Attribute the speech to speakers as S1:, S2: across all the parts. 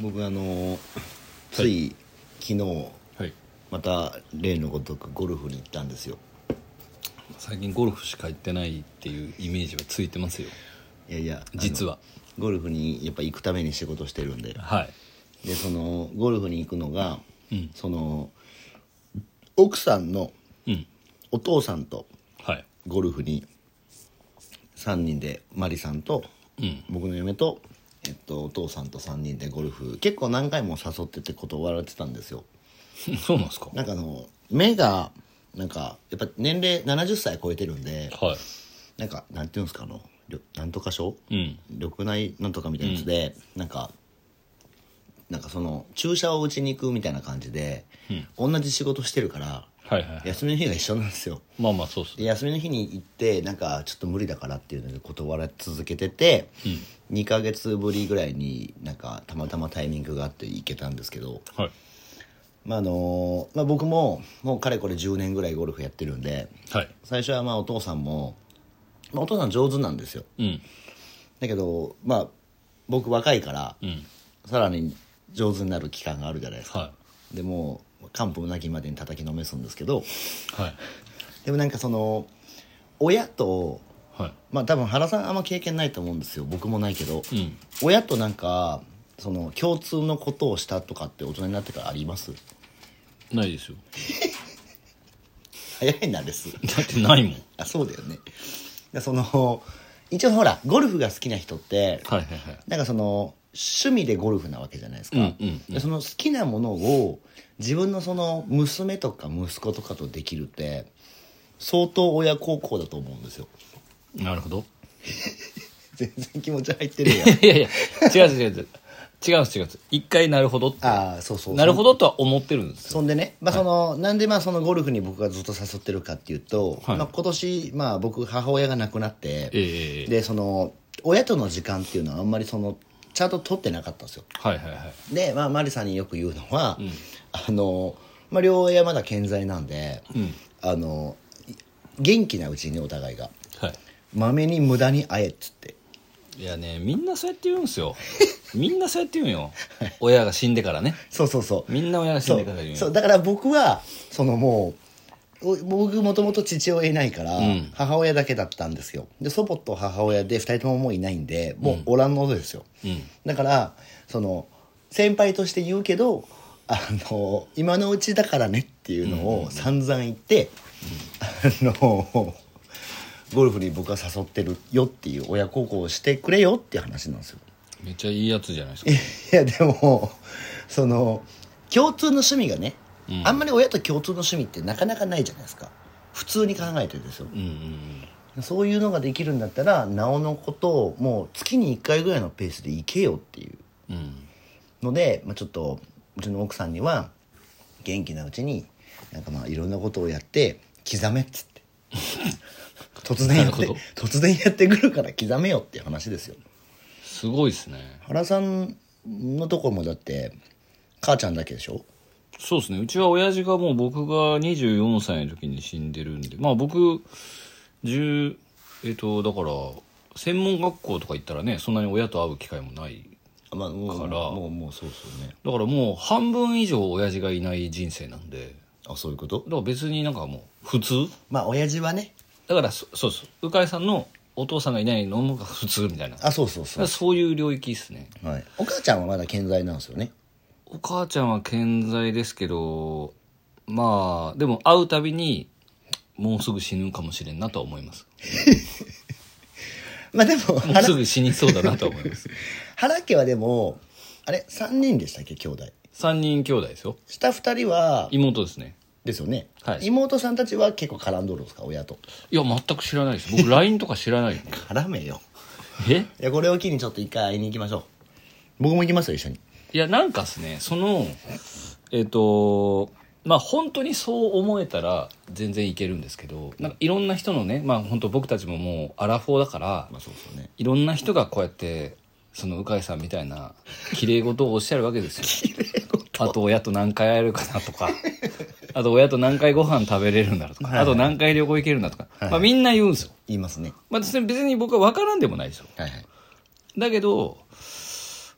S1: 僕あのつい昨日
S2: はい
S1: また例のごとくゴルフに行ったんですよ
S2: 最近ゴルフしか行ってないっていうイメージはついてますよ
S1: いやいやあの
S2: 実は
S1: ゴルフにやっぱ行くために仕事してるんで
S2: はい
S1: でそのゴルフに行くのが、その奥さんの
S2: うん
S1: お父さんと
S2: はい
S1: ゴルフに3人でマリさんと、
S2: うん
S1: 僕の嫁と、えっと、お父さんと3人でゴルフ結構何回も誘ってて断られてたんですよ
S2: そうなんですか
S1: なんかあの目がなんかやっぱ年齢70歳超えてるんで
S2: は
S1: なんかなんていうんですかあのりょなんとか症、
S2: いうん
S1: 緑内なんとかみたいなやつで、なんかなんかその注射を打ちに行くみたいな感じで、同じ仕事してるから
S2: はいはいはい
S1: 休みの日が一緒なんですよ
S2: まあまあそうっす
S1: で
S2: ね
S1: 休みの日に行ってなんかちょっと無理だからっていうので断られ続けてて、2ヶ月ぶりぐらいになんかたまたまタイミングがあって行けたんですけど、
S2: はい
S1: まああのまあ、僕ももうかれこれ10年ぐらいゴルフやってるんで
S2: はい
S1: 最初はまあお父さんも、まあ、お父さん上手なんですよ
S2: うん
S1: だけどまあ僕若いから、
S2: うん
S1: さらに上手になる期間があるじゃないですか、
S2: は
S1: でもう完膚なきまでに叩きのめすんですけど
S2: いはい
S1: でもなんかその親と
S2: は
S1: まあ多分原さんあんま経験ないと思うんですよ僕もないけど、
S2: いうん
S1: 親となんかその共通のことをしたとかって大人になってからあります
S2: ないですよ
S1: 早いなです
S2: だってないもん
S1: あそうだよねでその一応ほらゴルフが好きな人って
S2: はいはいはい
S1: なんかその趣味でゴルフなわけじゃないですか、
S2: うんうんうん
S1: でその好きなものを自分のその娘とか息子とかとできるって相当親孝行だと思うんですよ
S2: なるほど
S1: 全然気持ち入ってるやん
S2: いやいや違う違う違う違う違う一回なるほどって
S1: ああそうそう
S2: なるほどとは思ってるんですよ
S1: そんでね、まあそのなんでまあそのゴルフに僕がずっと誘ってるかっていうと、
S2: はい
S1: まあ、今年、まあ、僕母親が亡くなって、
S2: ええ
S1: でその親との時間っていうのはあんまりそのちゃんと取ってなかったんですよ
S2: はいはいはい
S1: で、まあ、マリさんによく言うのは、あの、まあ、両親はまだ健在なんで、あのい元気なうちにお互いが
S2: はい
S1: まめに無駄に会えっつって
S2: いやねみんなそうやって言うんですよみんなそうやって言うんよ親が死んでからね
S1: そうそうそう
S2: みんな親が死ん
S1: そ
S2: で
S1: う
S2: から言うん
S1: そう
S2: よ
S1: だから僕はそのもうお僕もともと父親いないから、
S2: ん
S1: 母親だけだったんですよで祖母と母親で2人とももういないんでもうおらんのですよ、
S2: うん
S1: だからその先輩として言うけどあの今のうちだからねっていうのを散々言って、あのゴルフに僕は誘ってるよっていう親孝行をしてくれよっていう話なんですよ
S2: めっちゃいいやつじゃないですか
S1: いやでもその共通の趣味がね、
S2: うん
S1: あんまり親と共通の趣味ってなかなかないじゃないですか普通に考えてですよ
S2: うんうんうん
S1: そういうのができるんだったらなおのことをもう月に1回ぐらいのペースで行けよっていう
S2: うん
S1: ので、まあ、ちょっとうちの奥さんには元気なうちになんかまあいろんなことをやって刻めっつって 突然やっ
S2: な
S1: て
S2: るほ
S1: 突然やってくるから刻めよっていう話ですよ
S2: すごいですね
S1: 原さんのとこもだって母ちゃんだけでしょ
S2: そうですねうちは親父がもう僕が24歳の時に死んでるんでまあ僕10えっとだから専門学校とか行ったらねそんなに親と会う機会もない
S1: まあ、もう
S2: から
S1: もうもうそうですよね
S2: だからもう半分以上親父がいない人生なんで
S1: あそういうこと
S2: だから別になんかもう普通
S1: まあ親父はね
S2: だからそそうそう鵜飼さんのお父さんがいないのも普通みたいなだか
S1: あそうそうそ
S2: ら
S1: う、
S2: そういう領域ですね
S1: はい、お母ちゃんはまだ健在なんですよね
S2: お母ちゃんは健在ですけどまあでも会うたびにもうすぐ死ぬかもしれんなとは思います
S1: まあでも
S2: もう
S1: 原
S2: すぐ死にそうだなとは思い ます
S1: 原家はでもあれ3人でしたっけ兄弟
S2: 3人兄弟ですよ
S1: 下2人は
S2: 妹ですね
S1: ですよね、
S2: はい
S1: 妹さんたちは結構絡んどるんですか親と
S2: いや全く知らないです僕 LINE とか知らない の
S1: 絡めよ
S2: え
S1: いやこれを機にちょっと一回会いに行きましょう僕も行きますよ一緒に
S2: いやなんかですねそのえっ、とまあ本当にそう思えたら全然いけるんですけどなんかいろんな人のねまあ本当僕たちももうアラフォーだから
S1: まあそうですよね
S2: いろんな人がこうやってその鵜飼さんみたいな綺麗事をおっしゃるわけですよあと親と何回会えるかなとか あと親と何回ご飯食べれるんだろうとか、あと何回旅行行けるんだとか、まあ、みんな言うんですよ、
S1: 言いますね
S2: まあ、別に別に僕は分からんでもないですよ
S1: はいはい
S2: だけど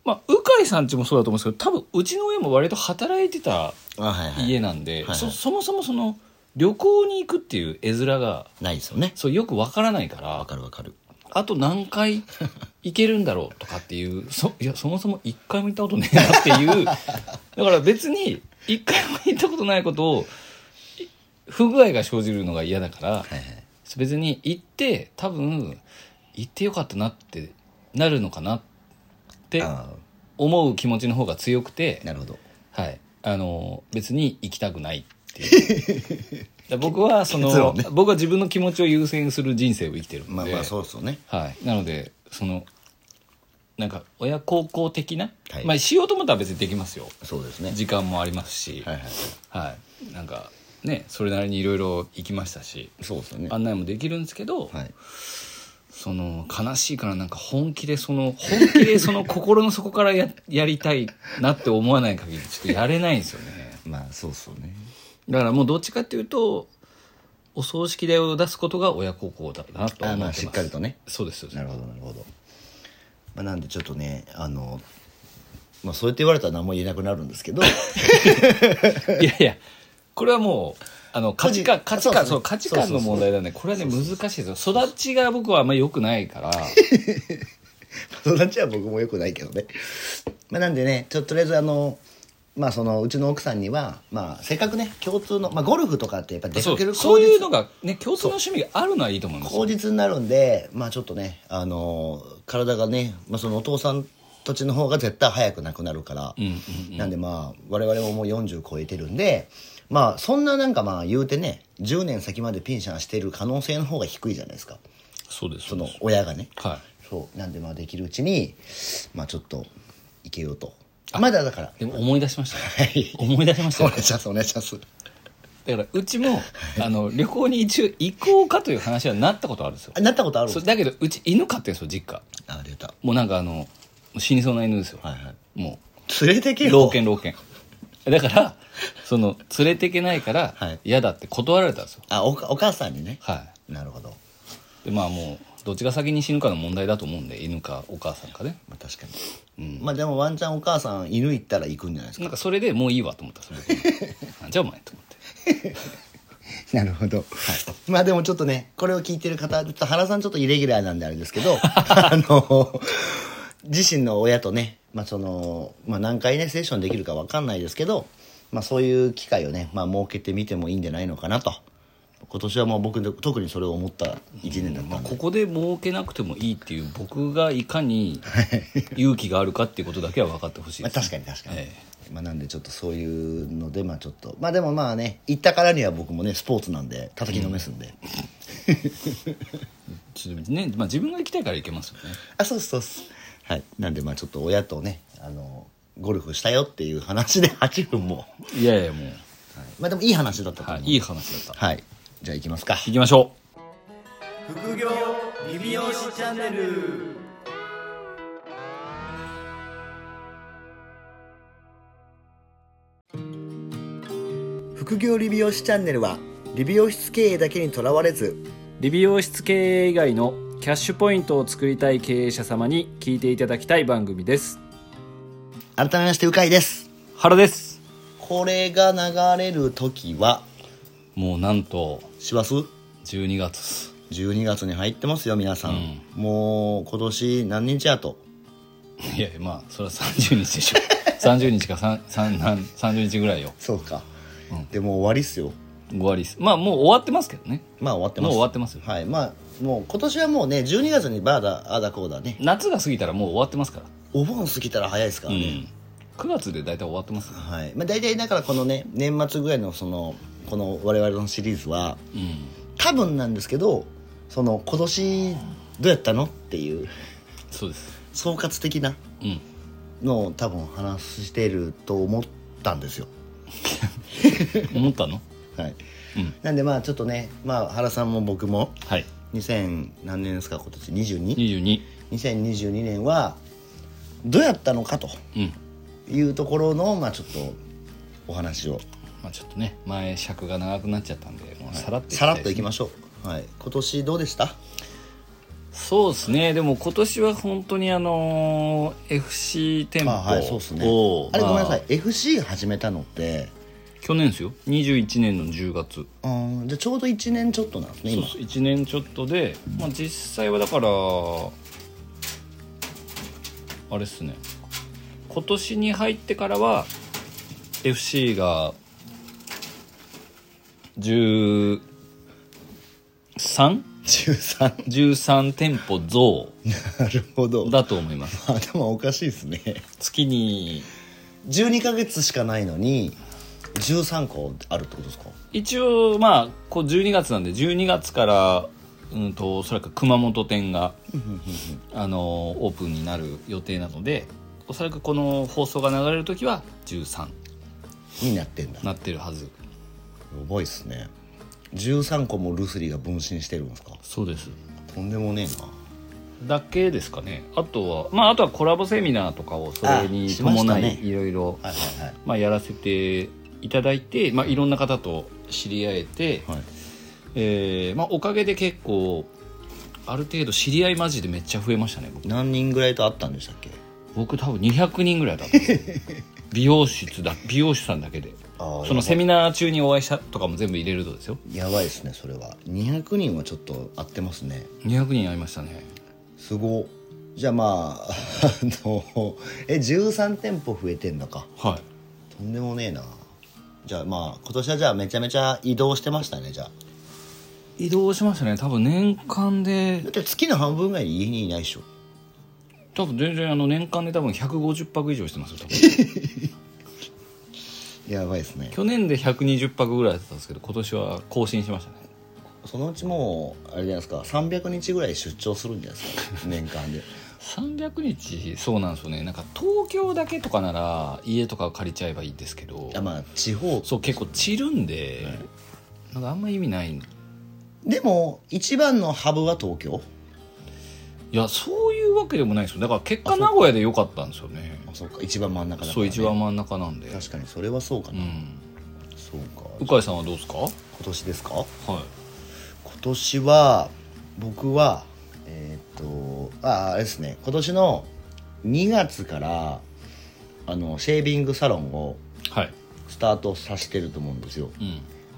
S2: まあ、鵜飼さんちもそうだと思うんですけど多分うちの親も割と働いてた
S1: あはいはい
S2: 家なんで、
S1: はいはい
S2: そそもそもその旅行に行くっていう絵面が
S1: ないですよね
S2: そうよくわからないか
S1: わ
S2: ら
S1: かるわかる
S2: あと何回行けるんだろうとかっていう そいやそもそも一回も行ったことねえなっていう だから別に一回も行ったことないことをい不具合が生じるのが嫌だから、
S1: はいはい
S2: 別に行って多分行ってよかったなってなるのかなって
S1: あ
S2: 思う気持ちの方が強くて
S1: ー、なるほど
S2: はい、あの別に行きたくないっていう だ僕はそ
S1: 結
S2: の、
S1: 論ね
S2: 僕は自分の気持ちを優先する人生を生きてるんで、
S1: まあまあそうですよね
S2: はい、なのでそのなんか親孝行的な、
S1: はい
S2: まあしようと思ったら別にできますよ
S1: そうですね
S2: 時間もありますし
S1: はいはいは
S2: はい、なんかねそれなりにいろいろ行きましたし
S1: いそうですよね
S2: 案内もできるんですけど、
S1: はい
S2: その悲しいからなんか本気でその本気でその心の底からややりたいなって思わない限りちょっとやれないんですよね
S1: まあそうですよね
S2: だからもうどっちかっていうとお葬式代を出すことが親孝行だ
S1: あ
S2: なとは思って
S1: ーま
S2: ま
S1: あ
S2: す
S1: しっかりとね
S2: そうですそうです
S1: なるほどなるほど、まあ、なんでちょっとねあのまあそうやって言われたら何も言えなくなるんですけ ど
S2: いやいやこれはもうあの価値観
S1: 個
S2: 価
S1: 人そうです
S2: 値観
S1: ね
S2: そう価値観の問題なんでこれはね難しいですよ育ちが僕はあんまり良くないから
S1: 育ちは僕もよくないけどねまあなんでねちょっととりあえずあのまあそのうちの奥さんにはまあせっかくね共通の、まあ、ゴルフとかってやっぱ出
S2: そ
S1: かける
S2: う
S1: 口実
S2: そういうのがね共通の趣味があるのはいいと思いますよ
S1: 口実になるんでまあちょっとねあの体がね、まあ、そのお父さんたちの方が絶対早くなくなるから、なんでまあ我々ももう40超えてるんでまあそんななんかまあ言うてね10年先までピンシャンしてる可能性の方が低いじゃないですか
S2: そうです
S1: その親がね
S2: は
S1: そうなんでまあできるうちにまあちょっといけようとまだだから
S2: いでも思い出しました、
S1: い
S2: 思い出しました
S1: お
S2: よ
S1: 願いしますお願いします
S2: だからうち もあの旅行に一応行こうかという話はなったことあるんですよ
S1: あなったことあるん
S2: そ
S1: で
S2: れ
S1: す
S2: だけどうち犬飼ってるんですよ実家
S1: あ出た
S2: もうなんかあのもう死にそうな犬ですよ、
S1: はいはい
S2: も
S1: 連れてけ
S2: う
S1: よ
S2: 老犬老犬だからその連れていけないから
S1: はい
S2: 嫌だって断られたんですよ
S1: あおかお母さんにね
S2: は
S1: なるほど、
S2: いでまあもうどっちが先に死ぬかの問題だと思うんで犬かお母さんかね
S1: まあ、確かに、まあでもワンちゃんお母さん犬行ったら行くんじゃないです
S2: なんかそれでもういいわと思ったんですよ僕あじゃあお前と思って
S1: かなるほど、まあでもちょっとねこれを聞いてる方ちょっと原さんちょっとイレギュラーなんであれですけ どあの自身の親とね、まあそのまあ、何回ねセッションできるか分かんないですけど、まあ、そういう機会をね、まあ、設けてみてもいいんじゃないのかなと今年はもう僕の特にそれを思った1年だったんで、
S2: ここで儲けなくてもいいっていう僕がいかに勇気があるかっていうことだけは分かってほしい
S1: ま
S2: で
S1: あ、
S2: す、
S1: 確かに確かに、
S2: え
S1: まあ、なんでちょっとそういうのでまあちょっとまあでもまあね行ったからには僕もねスポーツなんで叩きのめすんで、
S2: ちょっとね、まあ、自分が行きたいから行けますよね
S1: あそうですそうですはいなんでまあちょっと親とねあのゴルフしたよっていう話で 8分も、はい
S2: やいやもう、
S1: い、まあでもいい話だったと
S2: は
S1: 思う、
S2: い、いい話だった
S1: はいじゃあ行きますか
S2: 行きましょう
S1: 副業理美容師チャンネルは理美容室経営だけにとらわれず
S2: 理美容室経営以外のキャッシュポイントを作りたい経営者様に聞いていただきたい番組です
S1: 改めましてうかいです
S2: 原です
S1: これが流れる時は
S2: もうなんと
S1: 師走
S2: 12月っ す
S1: 12月に入ってますよ皆さん、もう今年何日やと
S2: いやいやまあそれは30日で しょ30日か三三なん30日ぐらいよ
S1: そうか、
S2: うん
S1: でもう終わりっすよ
S2: 5割っすまあもう終わってますけどね
S1: まあ終わってます
S2: もう終わってますよ
S1: はいまあもう今年はもうね12月にバーだあーだこうだね
S2: 夏が過ぎたらもう終わってますから
S1: お盆過ぎたら早いですから
S2: う
S1: ね、
S2: ん、9月で大体終わってますね
S1: はいまあ、大体だからこのね年末ぐらいのそのこの我々のシリーズは
S2: うん
S1: 多分なんですけどその今年どうやったのっていう
S2: そうです
S1: 総括的な
S2: うん
S1: のを多分話してると思ったんですよ
S2: 思ったの
S1: はい
S2: うん
S1: なんでまあちょっとね、まあ、原さんも僕も
S2: はい
S1: 2000何年ですか今年 22?
S2: 22
S1: 2022年はどうやったのかと
S2: うん
S1: いうところのまあちょっとお話を
S2: まあちょっとね前尺が長くなっちゃったんでもうさらっと
S1: さらっといき
S2: ま
S1: ましょう、はい、今年どうでした
S2: すそうですねでも今年は本当にあのー FC 店舗を
S1: あはいそうですねあれごめんなさい FC が始めたのって
S2: 去年ですよ21年の10月
S1: あーじゃあちょうど1年ちょっとなんですね
S2: そう
S1: 今
S2: そう1年ちょっとで、まあ、実際はだからあれっすね今年に入ってからは FC が 13?13
S1: 13
S2: 店舗増
S1: なるほど
S2: だと思いま す
S1: 頭おかしいですね
S2: 月に
S1: 12ヶ月しかないのに13個あるってことですか
S2: 一応まあこう12月なんで12月からうんとおそらく熊本店があのオープンになる予定なのでおそらくこの放送が流れる時は13
S1: になってんだや
S2: なってるはず
S1: ばいっすね13個もルスリーが分身してるんですか
S2: そうです
S1: とんでもねえな
S2: だけですかねあとはまああとはコラボセミナーとかをそれに
S1: あしました
S2: 伴
S1: ね
S2: いいろいろ
S1: はいはい
S2: まあやらせていただいてまあいろんな方と知り合えて
S1: はいはい
S2: えーまあおかげで結構ある程度知り合いマジでめっちゃ増えましたね僕
S1: 何人ぐらいと会ったんでしたっけ
S2: 僕多分200人ぐらいだと思う美容室だ美容師さんだけで
S1: あ
S2: そのセミナー中にお会いしたとかも全部入れるとですよ
S1: やばいですねそれは200人はちょっと合ってますね
S2: 200人会いましたね
S1: すごっじゃあまあ あのえ13店舗増えてんのか
S2: はい
S1: とんでもねえなじゃあまあ今年はじゃあめちゃめちゃ移動してましたねじゃあ
S2: 移動しましたね多分年間で
S1: だって月の半分ぐらい家にいないでしょ
S2: 多分全然あの年間で多分150泊以上してますよ多分
S1: やばいですね
S2: 去年で120泊ぐらいだったんですけど今年は更新しましたね
S1: そのうちもうあれじゃないですか300日ぐらい出張するんじゃないですか年間で
S2: 300日そうなんですよねなんか東京だけとかなら家とか借りちゃえばいいんですけど
S1: あまあ地方
S2: そう結構散るんで、なんかあんま意味ないん
S1: でも一番のハブは東京
S2: いやそういうわけでもないですよだから結果名古屋で良かったんですよね
S1: あそうか一番真ん中だから、ね、
S2: そう一番真ん中なんで
S1: 確かにそれはそうか
S2: う
S1: な、
S2: ん
S1: そうか
S2: 鵜飼さんはどうですかは
S1: 今年ですか
S2: い
S1: 今年は僕はえーっとああれですね今年の2月からあのシェービングサロンを
S2: はい
S1: スタートさせてると思うんですよ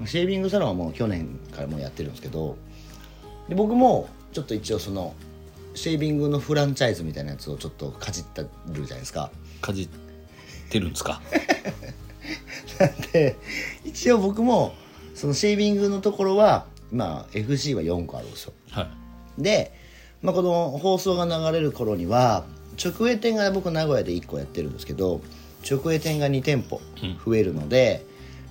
S2: うん
S1: シェービングサロンはもう去年からもうやってるんですけどで僕もちょっと一応そのシェービングのフランチャイズみたいなやつをちょっとかじったるじゃないですか
S2: かじってるんですか
S1: で一応僕もそのシェービングのところはまあ FC は4個あるんですよ
S2: はい
S1: で、まあ、この放送が流れる頃には直営店が僕名古屋で1個やってるんですけど直営店が2店舗増えるので、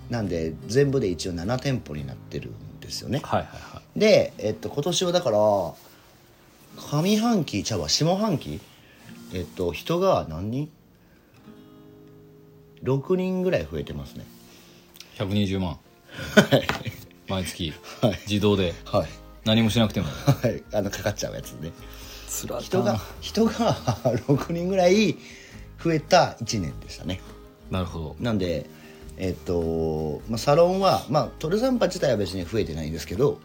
S1: なんで全部で一応7店舗になってるんですよね
S2: はいはいは
S1: で、えっと、今年はだから上半期ちゃうわ下半期えっと人が何人 ?6 人ぐらい増えてますね
S2: い120万毎月、
S1: はい
S2: 自動で
S1: はい
S2: 何もしなくても
S1: はい あのかかっちゃうやつね
S2: つら
S1: 人が人が 6人ぐらい増えた1年でしたね
S2: なるほど
S1: なんでえっと、まあ、サロンは、まあ、トルサンパ自体は別に増えてないんですけど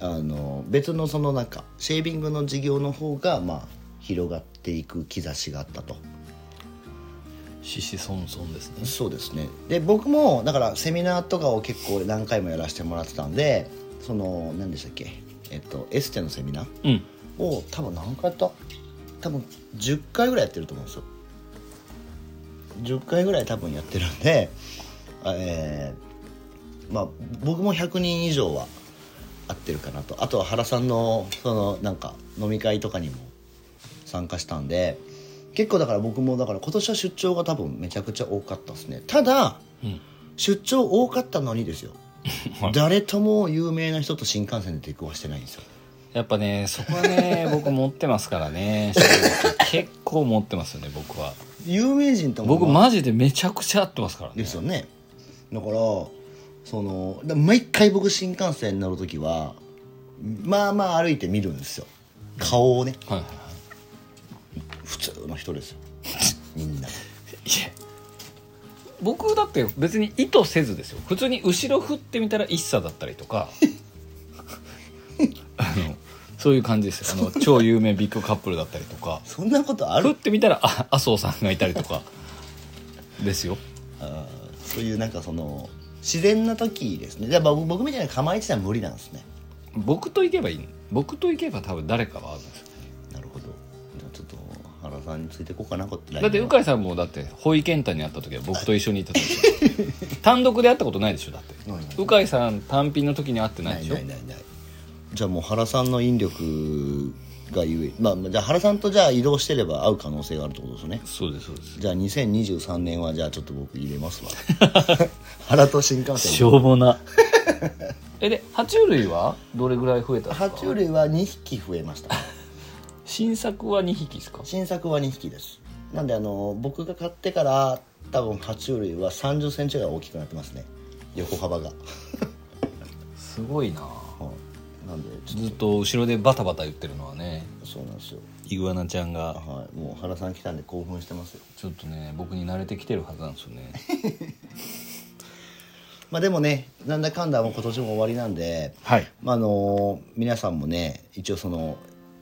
S1: あの別のそのなんかシェービングの事業の方がまあ広がっていく兆しがあったと
S2: ししそんそんですね
S1: そうですねで僕もだからセミナーとかを結構何回もやらせてもらってたんでその何でしたっけえっとエステのセミナー
S2: うん
S1: を多分何回やった多分10回ぐらいやってると思うんですよ10回ぐらい多分やってるんでえーまあ僕も100人以上は合ってるかなとあとは原さんのそのなんか飲み会とかにも参加したんで結構だから僕もだから今年は出張が多分めちゃくちゃ多かったですねただ
S2: うん
S1: 出張多かったのにですよ誰とも有名な人と新幹線で出くわしてないんですよ
S2: やっぱねそこはね僕持ってますからね正直結構持ってますよね僕は
S1: 有名人とも
S2: 僕マジでめちゃくちゃ合ってますからね
S1: ですよねだからそのだ毎回僕新幹線に乗る時はまあまあ歩いて見るんですよ顔をね
S2: はいはいはい
S1: 普通の人 ですよみんない
S2: や僕だって別に意図せずですよ普通に後ろ振ってみたら一茶だったりとかあのそういう感じですよあの超有名ビッグカップルだったりとか
S1: そんなことあ
S2: ふっ
S1: る
S2: て見たらあ麻生さんがいたりとかですよ
S1: あーそういうなんかその自然な時ですねじゃあ僕僕みたいな構えてたら無理なんですね
S2: 僕と行けばいい僕と行けば多分誰かは合うんですよ
S1: なるほどじゃあちょっと原さんについていこうかなこって
S2: だって鵜飼さんもだってほいけんたに会った時は僕と一緒にいた時 単独で会ったことないでしょだって
S1: ないない
S2: 鵜飼さん単品の時に会ってない
S1: な
S2: で
S1: い
S2: しょ
S1: ないないないじゃあもう原さんの引力がゆえまあまあじゃあ原さんとじゃあ移動してれば会う可能性があるってことですね
S2: そうですそうです
S1: じゃあ2023年はじゃあちょっと僕入れますわ 原と新幹線
S2: しょうもな えで爬虫類はどれぐらい増えたんですか
S1: 爬虫類は2匹増えました
S2: 新作は2匹ですか
S1: 新作は2匹ですなんであの僕が買ってから多分爬虫類は3 0ンチぐらい大きくなってますね横幅が、
S2: すごいな
S1: はい、なんでちょっ
S2: ずっと後ろでバタバタ言ってるのはね
S1: とそうなんですよ
S2: イグアナちゃんが
S1: はいもう原さん来たんで興奮してますよ
S2: ちょっとね僕に慣れてきてるはずなんですよね
S1: まあでもねなんだかんだもう今年も終わりなんで
S2: はい
S1: まああの皆さんもね一応その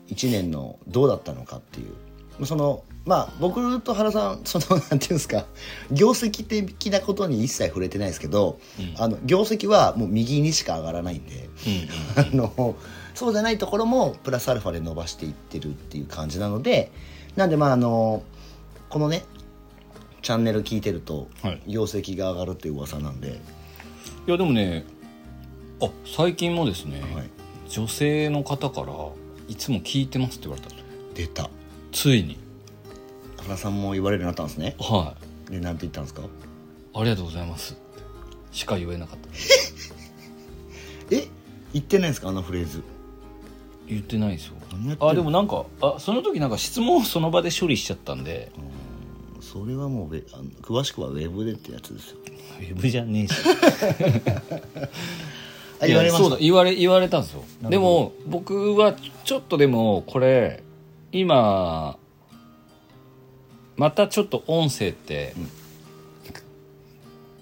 S1: 1年のどうだったのかっていうまあそのまあ僕と原さんその なんていうんですか業績的なことに一切触れてないですけど、あの業績はもう右にしか上がらないんで、あのそうじゃないところもプラスアルファで伸ばしていってるっていう感じなのでなんでまああのこのねチャンネル聞いてると
S2: はい
S1: 業績が上がるっていう噂なんで、
S2: いやでもねあ最近もですね、
S1: はい
S2: 女性の方からいつも聞いてますって言われたんですよ
S1: 出た
S2: ついに
S1: 原さんも言われるようになったんですね
S2: は
S1: でなんて言ったんですか
S2: いありがとうございますってしか言えなかった
S1: え言ってないんですかあのフレーズ
S2: 言ってないですよ
S1: 何やってんの
S2: あでもなんかあその時なんか質問をその場で処理しちゃったんで
S1: それはもうウェあの詳しくはウェブでってやつですよ
S2: ウェブじゃね えし
S1: あ言われま
S2: いやそ
S1: し
S2: うだ
S1: た
S2: 言われ言われたんですよでも僕はちょっとでもこれ今またちょっと音声って、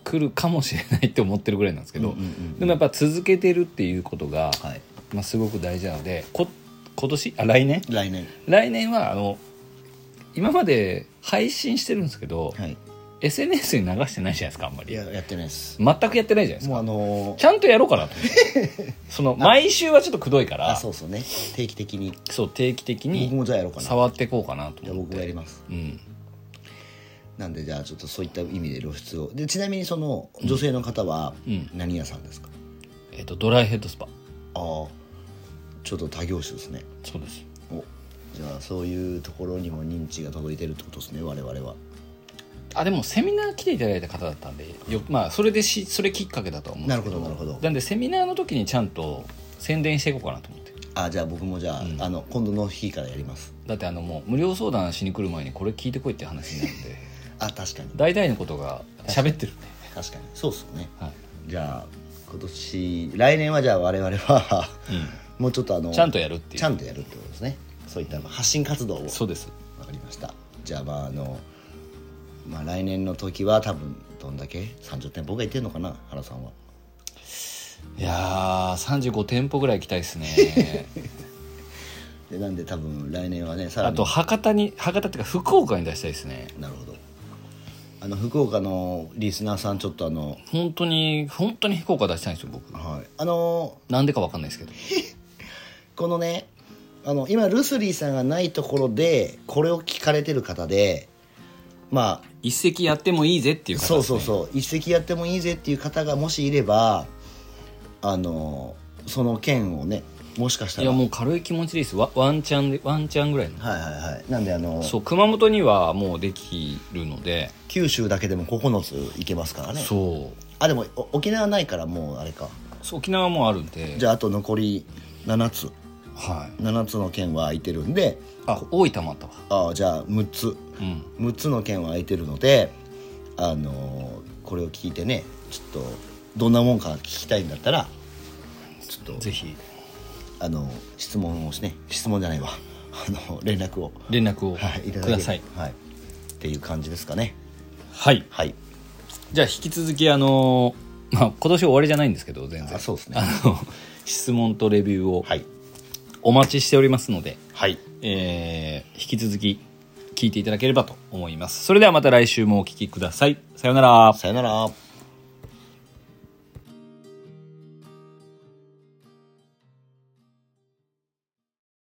S2: 来るかもしれないって思ってるぐらいなんですけ
S1: う
S2: ど、
S1: んうんうん
S2: でもやっぱ続けてるっていうことが、
S1: はい
S2: まあ、すごく大事なのでこ今年あ来年
S1: 来年
S2: 来年はあの今まで配信してるんですけど、
S1: はい
S2: SNS に流してないじゃないですかあんま
S1: い
S2: り
S1: ややってないです
S2: 全くやってないじゃないですか
S1: もうあのー
S2: ちゃんとやろう かなと思ってその毎週はちょっとくどいから
S1: あ
S2: そ
S1: そうそうね定期的に
S2: う定期的
S1: 僕
S2: に
S1: もじゃあやろうかな
S2: 触っていこうかなと
S1: じゃあ
S2: 思っ
S1: 僕がや
S2: て
S1: ります
S2: うん
S1: なんでじゃあちょっとそういった意味で露出をでちなみにその女性の方は
S2: うん
S1: 何屋さんですか、
S2: えっ、とドライヘッドスパ
S1: ああちょっと多業種ですね
S2: そうです
S1: おじゃあそういうところにも認知が届いてるってことですね我々は
S2: あでもセミナー来ていただいた方だったんでよまあそれでしそれきっかけだとは思うんで
S1: な
S2: す
S1: る
S2: け
S1: ほどなるほど
S2: なんでセミナーの時にちゃんと宣伝していこうかなと思って
S1: あじゃあ僕もじゃあ,、あの今度の日からやります
S2: だってあのもう無料相談しに来る前にこれ聞いてこいって話になるん で
S1: あ確かに
S2: 大体のことが喋ってるんで、
S1: 確かにそうっすよね
S2: はい
S1: じゃあ今年来年はじゃあ我々は
S2: う
S1: もうちょっとあの
S2: ん、ちゃんとやるってい
S1: ちゃ
S2: うん
S1: とやるってことですねそういった発信活動を
S2: そうです
S1: わかりましたじゃあまああの、まあ、来年の時は多分どんだけ30店舗がいってんのかな原さんはい
S2: やー35店舗ぐらい行きたいですね
S1: でなんで多分来年はねさら
S2: あ
S1: に
S2: と博多に博多っていうか福岡に出したいですね
S1: なるほどあの福岡のリスナーさんちょっとあの
S2: 本当に本当に福岡出したいんですよ僕
S1: はいあの
S2: なんでかわかんないですけど
S1: このねあの今ルスリーさんがないところでこれを聞かれてる方でまあ
S2: 一石やってもいいぜっていう形で
S1: そうそうそう一席やってもいいぜっていう方がもしいればあのその件をねもしかした
S2: や
S1: ら
S2: もう軽い気持ちでいいですワワンチャンでワンチャンぐらいの
S1: はいはいはいなんであの
S2: そう熊本にはもうできるので、
S1: 九州だけでも9つ行けますからね
S2: そう
S1: あでもお沖縄ないからもうあれか
S2: そう沖縄もあるんで
S1: じゃああと残り7つ
S2: はい
S1: 7つの県は空いてるんで
S2: あ大分もあったわ
S1: あじゃあ6つ
S2: うん
S1: 6つの県は空いてるのであのこれを聞いてねちょっとどんなもんか聞きたいんだったらちょっと
S2: ぜひ
S1: あの質問をしね質問じゃないわ あの連絡を、
S2: 連絡を
S1: はい、いただけ
S2: く
S1: れ
S2: だ
S1: ば
S2: さい
S1: はい、っていう感じですかね
S2: はい
S1: はい
S2: じゃあ引き続きあのまあ今年終わりじゃないんですけど全然
S1: あそうですね
S2: あの質問とレビューを
S1: はい
S2: お待ちしておりますので、
S1: はい
S2: えー引き続き聞いていただければと思いますそれではまた来週もお聞きくださいさようなら
S1: さよなら